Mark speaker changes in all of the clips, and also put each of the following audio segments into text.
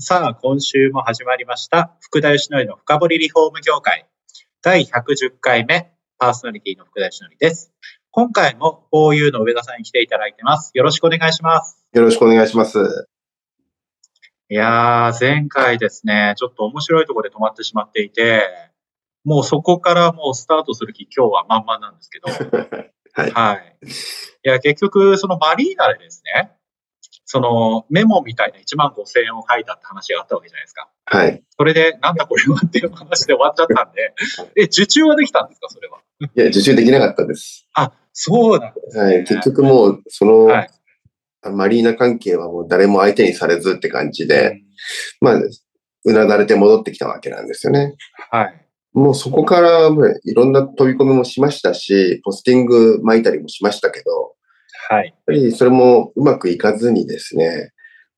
Speaker 1: さあ、今週も始まりました。福田義則の深掘りリフォーム業界。第110回目、パーソナリティの福田義則です。今回も OU の上田さんに来ていただいてます。よろしくお願いします。
Speaker 2: よろしくお願いします。
Speaker 1: いやー、前回ですね、ちょっと面白いところで止まってしまっていて、もうそこからもうスタートする気、今日は満々なんですけ ど。はい、はい。いや、結局、そのマリーナでですね、そのメモみたいな1万5千円を書いたって話があったわけじゃないですか。
Speaker 2: はい。
Speaker 1: それで、なんだこれはっていう話で終わっちゃったんで、え、受注はできたんですか、それは。
Speaker 2: いや、受注できなかったです。
Speaker 1: あ、そうなんです、ね、
Speaker 2: はい。結局もう、その、はい、マリーナ関係はもう誰も相手にされずって感じで、うん、まあ、うなだれて戻ってきたわけなんですよね。
Speaker 1: はい。
Speaker 2: もうそこから、いろんな飛び込みもしましたし、ポスティング巻いたりもしましたけど、
Speaker 1: はい。やっ
Speaker 2: ぱりそれもうまくいかずにですね、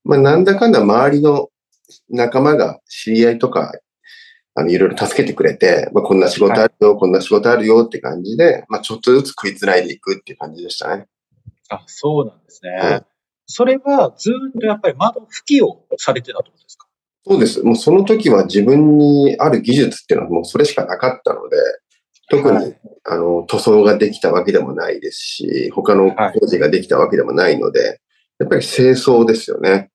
Speaker 2: まあ、なんだかんだ周りの仲間が知り合いとか、あの、いろいろ助けてくれて、まあ、こんな仕事あるよ、はい、こんな仕事あるよって感じで、まあ、ちょっとずつ食いつないでいくっていう感じでしたね。
Speaker 1: あ、そうなんですね。はい、それは、ずっとやっぱり窓拭きをされてたってことですか
Speaker 2: そうです。もうその時は自分にある技術っていうのはもうそれしかなかったので、特に、はい、あの、塗装ができたわけでもないですし、他の工事ができたわけでもないので、はい、やっぱり清掃ですよね。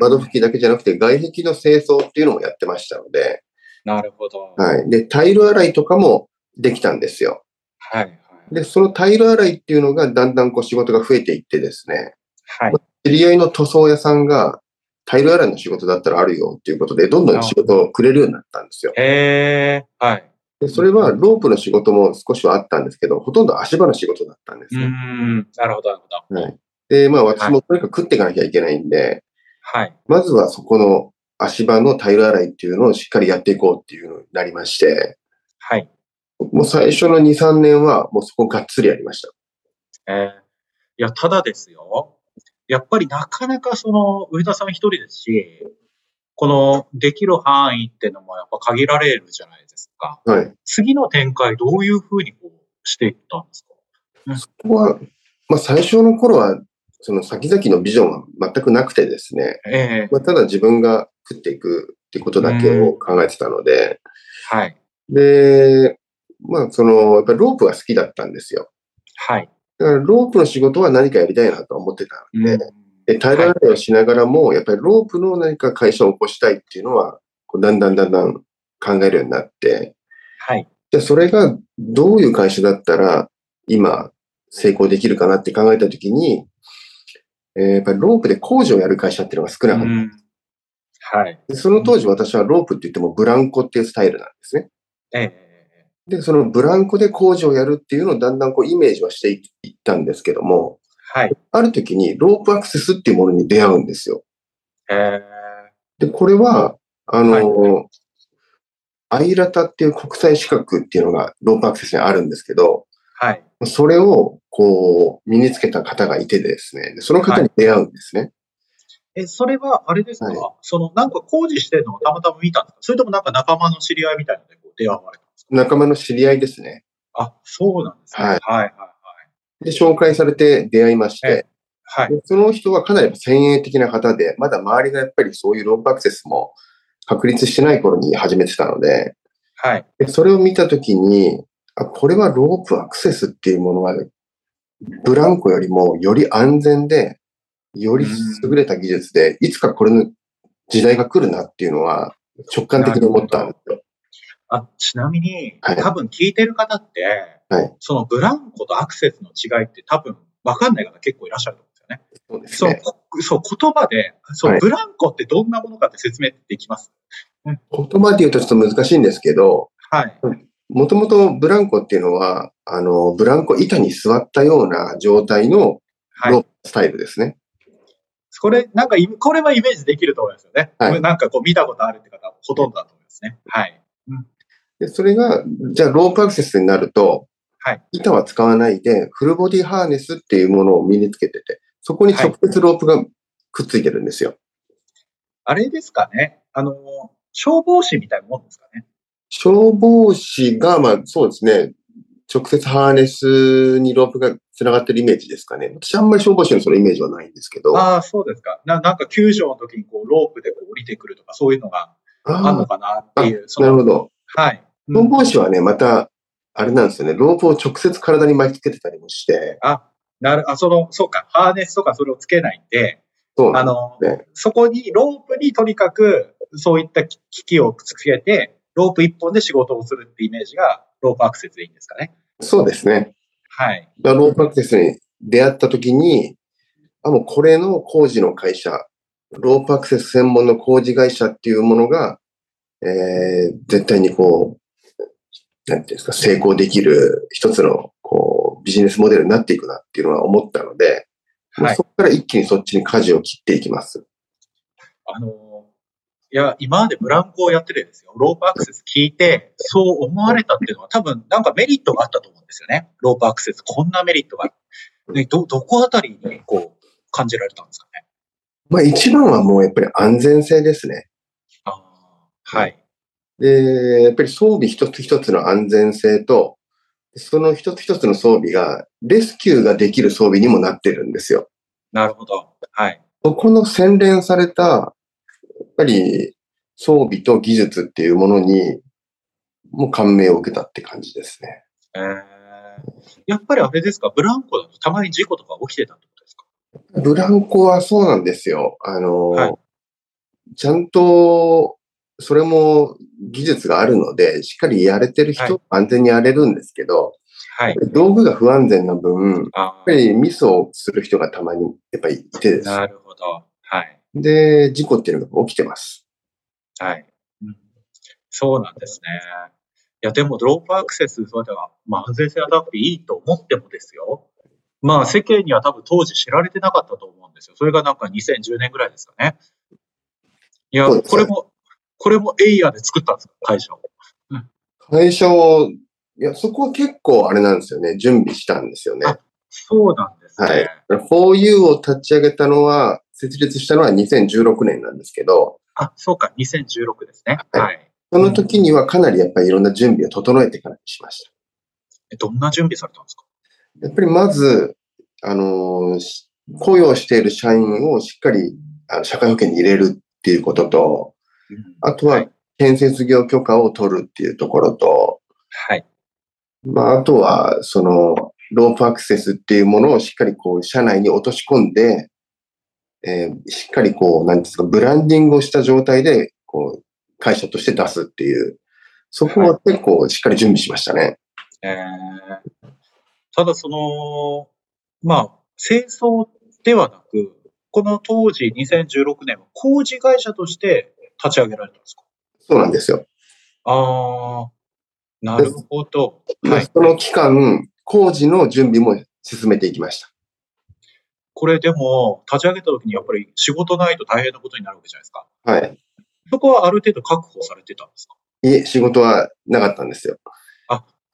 Speaker 2: 窓拭きだけじゃなくて、外壁の清掃っていうのもやってましたので。
Speaker 1: なるほど。
Speaker 2: はい。で、タイル洗いとかもできたんですよ。
Speaker 1: はい。
Speaker 2: で、そのタイル洗いっていうのがだんだんこう仕事が増えていってですね。
Speaker 1: はい。
Speaker 2: 知り合いの塗装屋さんが、タイル洗いの仕事だったらあるよっていうことで、どんどん仕事をくれるようになったんですよ。
Speaker 1: へえ、はい。、
Speaker 2: で、それはロープの仕事も少しはあったんですけど、ほとんど足場の仕事だったんですね。うん
Speaker 1: なるほど、なるほ
Speaker 2: ど。はい。で、まあ私もとにかく食っていかなきゃいけないんで、
Speaker 1: はい。
Speaker 2: まずはそこの足場のタイル洗いっていうのをしっかりやっていこうっていうのになりまして、
Speaker 1: はい。
Speaker 2: もう最初の2、3年はもうそこがっつりやりました。
Speaker 1: えー、いや、ただですよ。やっぱりなかなかその、上田さん一人ですし、このできる範囲ってのもやっぱ限られるじゃないですか。
Speaker 2: はい。
Speaker 1: 次の展開どういうふうにこうしていったんです
Speaker 2: かそこは、まあ最初の頃は、その先々のビジョンは全くなくてですね。
Speaker 1: ええー、
Speaker 2: まあ、ただ自分が食っていくってことだけを考えてたので。
Speaker 1: はい。
Speaker 2: で、まあその、やっぱりロープが好きだったんですよ。
Speaker 1: はい。
Speaker 2: だからロープの仕事は何かやりたいなと思ってたので、で、平らをしながらも、やっぱりロープの何か会社を起こしたいっていうのは、こうだんだんだんだん考えるようになって、
Speaker 1: はい。
Speaker 2: じゃそれがどういう会社だったら、今、成功できるかなって考えたときに、えー、やっぱりロープで工事をやる会社っていうのが少なかった。うん、
Speaker 1: はい。
Speaker 2: その当時私はロープって言ってもブランコっていうスタイルなんですね。
Speaker 1: ええ。
Speaker 2: で、そのブランコで工事をやるっていうのをだんだんこうイメージはしていったんですけども、
Speaker 1: はい。
Speaker 2: ある時にロープアクセスっていうものに出会うんですよ。
Speaker 1: へ
Speaker 2: で、これは、あの、はい、アイラタっていう国際資格っていうのがロープアクセスにあるんですけど、
Speaker 1: はい。
Speaker 2: それを、こう、身につけた方がいてですね、その方に出会うんですね。はい、
Speaker 1: え、それは、あれですか、はい、その、なんか工事してるのをたまたま見たんですかそれともなんか仲間の知り合いみたいなのでこう出会われたんですか
Speaker 2: 仲間の知り合いですね。
Speaker 1: あ、そうなんですね。はい。はいはい
Speaker 2: で、紹介されて出会いまして、
Speaker 1: はい、
Speaker 2: その人はかなり先鋭的な方で、まだ周りがやっぱりそういうロープアクセスも確立してない頃に始めてたので、
Speaker 1: はい、
Speaker 2: でそれを見たときにあ、これはロープアクセスっていうものは、ブランコよりもより安全で、より優れた技術で、いつかこれの時代が来るなっていうのは直感的に思ったんですよ。
Speaker 1: あちなみに、はい、多分聞いてる方って、
Speaker 2: はい、
Speaker 1: そのブランコとアクセスの違いって多分分かんない方結構いらっしゃると思うんですよね。そう、ね、言葉で、そう、はい、ブランコってどんなものかって説明できます、
Speaker 2: うん、言葉で言うとちょっと難しいんですけど、
Speaker 1: はい。
Speaker 2: もともとブランコっていうのは、あの、ブランコ板に座ったような状態のロープスタイルですね。
Speaker 1: これ、なんか、これはイメージできると思いますよね。
Speaker 2: はい
Speaker 1: これなんかこう見たことあるって方はほとんどだと思いますね。はい。
Speaker 2: で、それが、じゃあ、ロープアクセスになると、
Speaker 1: はい
Speaker 2: 板は使わないで、フルボディハーネスっていうものを身につけてて、そこに直接ロープがくっついてるんですよ。
Speaker 1: あれですかね。あの、消防士みたいなもんですかね。
Speaker 2: 消防士が、まあ、そうですね、直接ハーネスにロープが繋がってるイメージですかね。私、あんまり消防士のそのイメージはないんですけど。
Speaker 1: ああ、そうですか。ななんか救助の時にこうロープでこう降りてくるとかそういうのがあるの
Speaker 2: あ
Speaker 1: かなっていう。
Speaker 2: ー
Speaker 1: そ
Speaker 2: なる
Speaker 1: の
Speaker 2: ほど。
Speaker 1: はい。うん
Speaker 2: 消防士はね、また、あれなんですよね、ロープを直接体に巻きつけてたりもして、
Speaker 1: あ、なる、あ、その、そうか、ハーネスとかそれをつけないんで、
Speaker 2: そうな
Speaker 1: あ
Speaker 2: んで
Speaker 1: の、
Speaker 2: ね
Speaker 1: そこに、ロープにとにかく、そういった機器をつけて、ロープ一本で仕事をするってイメージが、ロープアクセスでいいんですかね。
Speaker 2: すそうですね。
Speaker 1: はい。
Speaker 2: だからロープアクセスに出会った時に、あ、もうこれの工事の会社、ロープアクセス専門の工事会社っていうものが、えー絶対にこう、なんていうんですか、成功できる一つの、こう、ビジネスモデルになっていくなっていうのは思ったので、もう
Speaker 1: はい
Speaker 2: そこから一気にそっちに舵を切っていきます。
Speaker 1: あの、いや、今までブランコをやっててですよ。ロープアクセス聞いて、そう思われたっていうのは、多分、なんかメリットがあったと思うんですよね。ロープアクセス、こんなメリットがある。ね、ど、どこあたりに、こう、感じられたんですかね。
Speaker 2: まあ一番はもうやっぱり安全性ですね。
Speaker 1: あーはい。
Speaker 2: で、やっぱり装備一つ一つの安全性と、その一つ一つの装備が、レスキューができる装備にもなってるんですよ。
Speaker 1: なるほど。はい。
Speaker 2: そこの洗練された、やっぱり装備と技術っていうものに、もう感銘を受けたって感じですね。
Speaker 1: えー、やっぱりあれですか、ブランコだとたまに事故とか起きてたってことですか
Speaker 2: ブランコはそうなんですよ。あの、
Speaker 1: はい
Speaker 2: ちゃんと、それも技術があるので、しっかりやれてる人、
Speaker 1: は
Speaker 2: 安全にやれるんですけど、
Speaker 1: はい。
Speaker 2: 道具が不安全な分、
Speaker 1: あ
Speaker 2: やっぱりミスをする人がたまにやっぱりいてです。
Speaker 1: なるほど。はい。
Speaker 2: で、事故っていうのが起きてます。
Speaker 1: はい。うんそうなんですね。いや、でも、ロープアクセス、それでは、まあ、安全性が高くていいと思ってもですよ。まあ、世間には多分当時知られてなかったと思うんですよ。それがなんか2010年ぐらいですかね。いや、
Speaker 2: そうです
Speaker 1: これも、これもエイヤーで作ったんですか、会社を。
Speaker 2: 会社を、いや、そこは結構あれなんですよね。準備したんですよね。
Speaker 1: あそうなんですね。
Speaker 2: はい。4U を立ち上げたのは、設立したのは2016年なんですけど、
Speaker 1: あ、そうか、2016ですね。
Speaker 2: はい
Speaker 1: はい。
Speaker 2: その時にはかなりやっぱりいろんな準備を整えてからにしました。
Speaker 1: えどんな準備されたんですか
Speaker 2: やっぱりまず、あの、し雇用している社員をしっかりあの社会保険に入れるっていうことと、あと
Speaker 1: は
Speaker 2: はい建設業許可を取るっていうところと、
Speaker 1: はい。
Speaker 2: まあ、あとは、その、ロープアクセスっていうものをしっかりこう、社内に落とし込んで、えーしっかりこう、なんていうんですか、ブランディングをした状態で、こう、会社として出すっていう、そこは結構しっかり準備しましたね。
Speaker 1: えーただその、まあ、清掃ではなく、この当時2016年は工事会社として立ち上げられたんですか
Speaker 2: そうなんですよ。
Speaker 1: ああ、なるほど。
Speaker 2: ま
Speaker 1: は
Speaker 2: あ
Speaker 1: い。
Speaker 2: その期間、工事の準備も進めていきました。
Speaker 1: これでも、立ち上げた時にやっぱり仕事ないと大変なことになるわけじゃないですか。
Speaker 2: はい。
Speaker 1: そこはある程度確保されてたんですか
Speaker 2: いえ、仕事はなかったんですよ。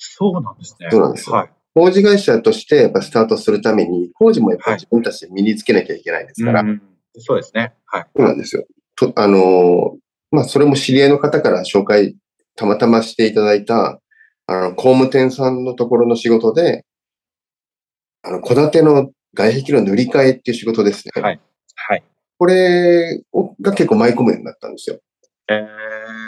Speaker 1: そうなんですね。
Speaker 2: そうなんですよ
Speaker 1: はい。
Speaker 2: 工事会社としてやっぱスタートするために、工事もやっぱり自分たちで身につけなきゃいけないですから
Speaker 1: う、んそうですね。はい。
Speaker 2: そうなんですよ。と、あのーまあ、それも知り合いの方から紹介、たまたましていただいた、あの、工務店さんのところの仕事で、あの、戸建ての外壁の塗り替えっていう仕事ですね。
Speaker 1: はい。はい。
Speaker 2: これをが結構舞い込むようになったんですよ。
Speaker 1: え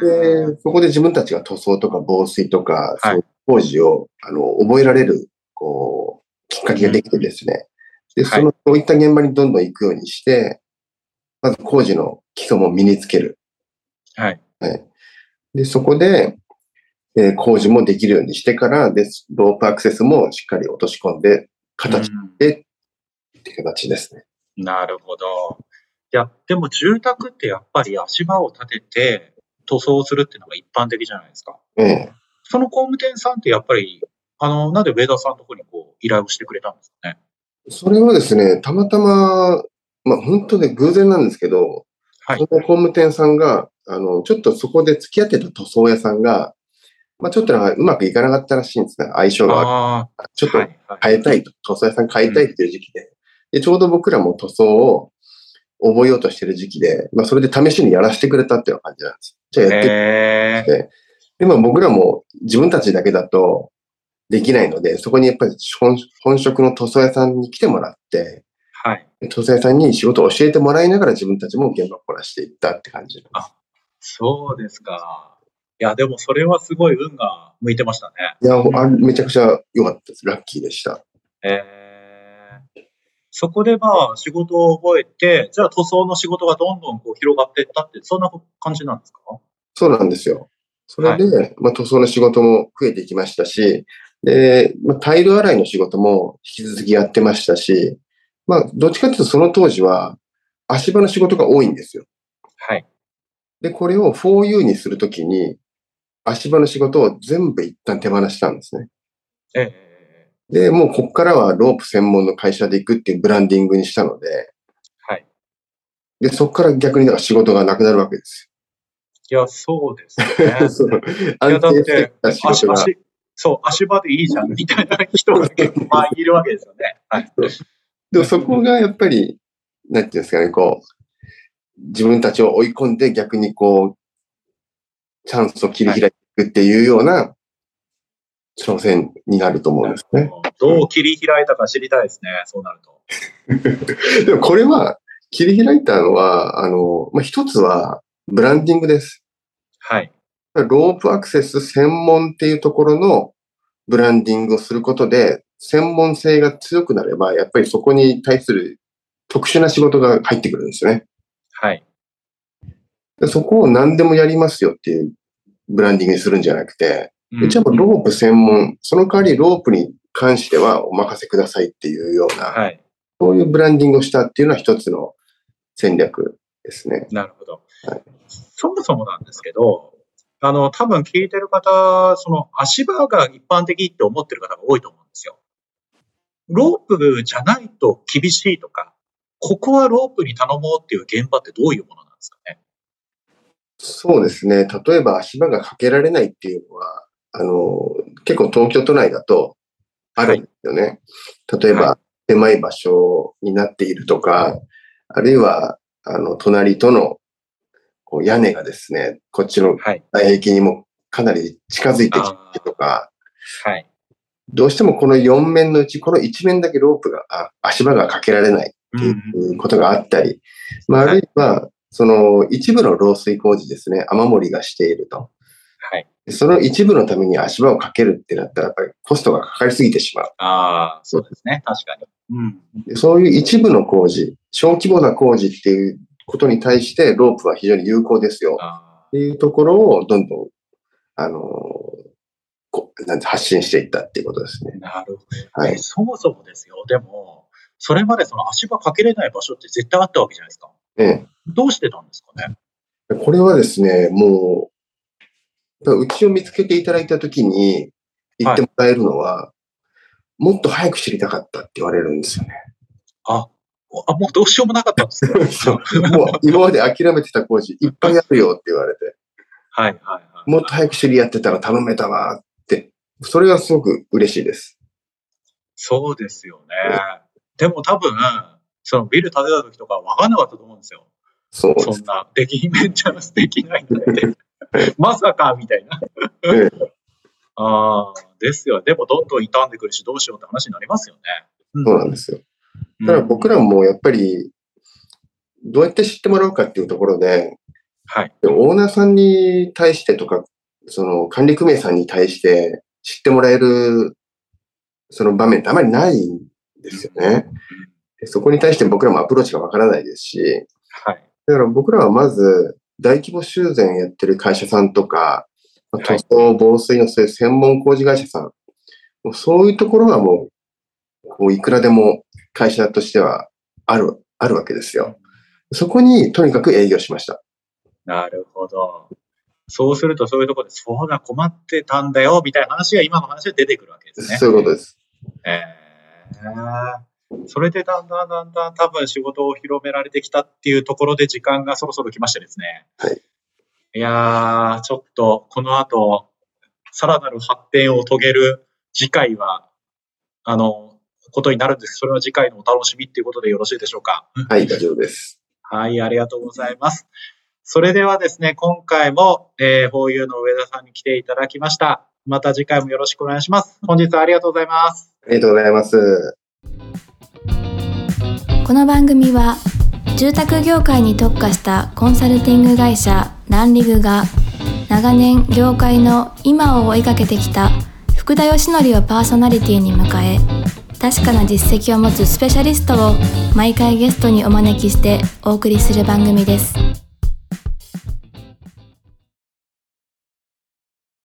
Speaker 1: ー
Speaker 2: で、そこで自分たちが塗装とか防水とか、
Speaker 1: はい
Speaker 2: そういう工事を、あの、覚えられる、こう、きっかけができてですね。で、
Speaker 1: はい
Speaker 2: その、そういった現場にどんどん行くようにして、まず工事の基礎も身につける。
Speaker 1: はい。
Speaker 2: はい。で、そこで、えー工事もできるようにしてから、で、ロープアクセスもしっかり落とし込んで、形
Speaker 1: うん
Speaker 2: っていう形ですね。
Speaker 1: なるほど。いや、でも住宅ってやっぱり足場を立てて塗装するっていうのが一般的じゃないですか。
Speaker 2: ええ
Speaker 1: その工務店さんってやっぱり、あの、なんで上田さんのところにこう依頼をしてくれたんですかね。
Speaker 2: それはですね、たまたま、まあ本当ね、偶然なんですけど、
Speaker 1: はい
Speaker 2: そ。の工務店さんが、あの、ちょっとそこで付き合ってた塗装屋さんが、まあちょっとなんかうまくいかなかったらしいんですね。相性が悪
Speaker 1: あ
Speaker 2: くちょっ
Speaker 1: あ、は
Speaker 2: と
Speaker 1: い、はい。
Speaker 2: 変えたいと、塗装屋さん変えたいっていう時期で。で、ちょうど僕らも塗装を覚えようとしてる時期で、まあそれで試しにやらせてくれたっていう感じなんです。じゃあやって
Speaker 1: えー、
Speaker 2: でも僕らも自分たちだけだとできないので、そこにやっぱり本本職の塗装屋さんに来てもらって、
Speaker 1: はい。
Speaker 2: 塗装屋さんに仕事を教えてもらいながら自分たちも現場をこなしていったって感じ。
Speaker 1: あそうですか。いや、でもそれはすごい運が向いてましたね。
Speaker 2: いや、あめちゃくちゃ良かったです。ラッキーでした。
Speaker 1: えー、そこでまあ仕事を覚えて、じゃあ塗装の仕事がどんどんこう広がっていったって、そんな感じなんですか
Speaker 2: そうなんですよ。それで、まあ、塗装の仕事も増えてきましたし、で、まあ、タイル洗いの仕事も引き続きやってましたし、まあ、どっちかっていうとその当時は足場の仕事が多いんですよ。
Speaker 1: はい。
Speaker 2: で、これを 4U にするときに、足場の仕事を全部一旦手放したんですね。
Speaker 1: え
Speaker 2: で、もうここからはロープ専門の会社で行くっていうブランディングにしたので、
Speaker 1: ー、はい。
Speaker 2: で、そこから逆にだから仕事がなくなるわけです
Speaker 1: いや、そうです
Speaker 2: よ。。
Speaker 1: ね
Speaker 2: そう
Speaker 1: いや
Speaker 2: 安
Speaker 1: だっ
Speaker 2: 定しててきた仕
Speaker 1: 足
Speaker 2: 事が。
Speaker 1: 足そう、足場でいいじゃんみたいな人が結 構まあいるわけですよね。はい。
Speaker 2: でもそこがやっぱり、なんていうんですかね、こう、自分たちを追い込んで逆にこう、チャンスを切り開いていくっていうような挑戦になると思うんですね。
Speaker 1: どう切り開いたか知りたいですね、そうなると。
Speaker 2: でもこれは、切り開いたのは、あの、まあ、一つは、ブランディングです。
Speaker 1: はい。
Speaker 2: ロープアクセス専門っていうところのブランディングをすることで、専門性が強くなれば、やっぱりそこに対する特殊な仕事が入ってくるんですよね。
Speaker 1: はい。
Speaker 2: でそこを何でもやりますよっていうブランディングにするんじゃなくて、
Speaker 1: うん
Speaker 2: うちはもうロープ専門、その代わりロープに関してはお任せくださいっていうような、
Speaker 1: はい。
Speaker 2: そういうブランディングをしたっていうのは一つの戦略ですね。
Speaker 1: なるほど
Speaker 2: は。
Speaker 1: そもそもなんですけど、あの、多分聞いてる方、その足場が一般的って思ってる方が多いと思うんですよ。ロープじゃないと厳しいとか、ここはロープに頼もうっていう現場ってどういうものなんですかね。
Speaker 2: そうですね。例えば足場がかけられないっていうのは、あの、結構東京都内だとあるんですよね。例えば、
Speaker 1: は
Speaker 2: 狭い場所になっているとか、あるいは、あの、隣とのこう屋根がですね、こっちの
Speaker 1: はい。
Speaker 2: 外壁にもかなり近づいてきてとか、
Speaker 1: はい。
Speaker 2: どうしてもこの4面のうち、この1面だけロープが、あ足場がかけられない。っていうことがあったり、まあ、あ
Speaker 1: はい
Speaker 2: るいは、その一部の漏水工事ですね、雨漏りがしていると。
Speaker 1: はい。
Speaker 2: その一部のために足場をかけるってなったら、やっぱりコストがかかりすぎてしまう。
Speaker 1: ああ、そうですね。確かに。うん。
Speaker 2: でそういう一部の工事、小規模な工事っていうことに対して、ロープは非常に有効ですよ。
Speaker 1: あ
Speaker 2: っていうところを、どんどん、あのーこうなんて発信していったっていうことですね。
Speaker 1: ーなるほど。
Speaker 2: はい
Speaker 1: え。そもそもですよ。でも、それまでその足場かけれない場所って絶対あったわけじゃないですか。
Speaker 2: ええ
Speaker 1: どうしてたんですかね。
Speaker 2: これはですね、もう、うちを見つけていただいたときに言ってもらえるのは、もっと早く知りたかったって言われるんですよね。
Speaker 1: あ、おあもうどうしようもなかったんです か
Speaker 2: もう今まで諦めてた工事いっぱいあるよって言われて、
Speaker 1: はいはいはい。
Speaker 2: もっと早く知り合ってたら頼めたわって、それはすごく嬉しいです。
Speaker 1: そうですよね。でも多分、そのビル建てた時とか分かんなかったと思うんですよ。
Speaker 2: そうで
Speaker 1: そ
Speaker 2: す
Speaker 1: ん。な、できめっちゃできないので。 まさかみたいな
Speaker 2: ええ。
Speaker 1: ああ、ですよ。でもどんどん傷んでくるし、どうしようって話になりますよね。
Speaker 2: そうなんですよ。
Speaker 1: うん
Speaker 2: ただ僕らもやっぱり、どうやって知ってもらうかっていうところで、
Speaker 1: はい。
Speaker 2: オーナーさんに対してとか、その管理組合さんに対して知ってもらえる、その場面ってあまりないんですよね。でそこに対して僕らもアプローチがわからないですし、
Speaker 1: はい。
Speaker 2: だから僕らはまず大規模修繕やってる会社さんとか、まあ
Speaker 1: はい
Speaker 2: 塗装、防水のそういう専門工事会社さん、もうそういうところはもう、こういくらでも会社としてはある、あるわけですよ。そこにとにかく営業しました。
Speaker 1: なるほど。そうすると、そういうところで、そうだ、困ってたんだよ、みたいな話が今の話で出てくるわけですね。
Speaker 2: そういうことです。
Speaker 1: えーそれでだんだんだんだん多分仕事を広められてきたっていうところで時間がそろそろ来ましてですね。
Speaker 2: はい。
Speaker 1: いやー、ちょっとこの後、さらなる発展を遂げる次回は、あの、ことになるんです。それは次回のお楽しみっていうことでよろしいでしょうか。
Speaker 2: はい、大丈夫です。
Speaker 1: はい、ありがとうございます。それではですね、今回も、えー、ホーユーの上田さんに来ていただきました。また次回もよろしくお願いします。本日はありがとうございます。
Speaker 2: ありがとうございます。
Speaker 3: この番組は住宅業界に特化したコンサルティング会社ランリグが長年業界の今を追いかけてきた福田義則をパーソナリティに迎え確かな実績を持つスペシャリストを毎回ゲストにお招きしてお送りする番組です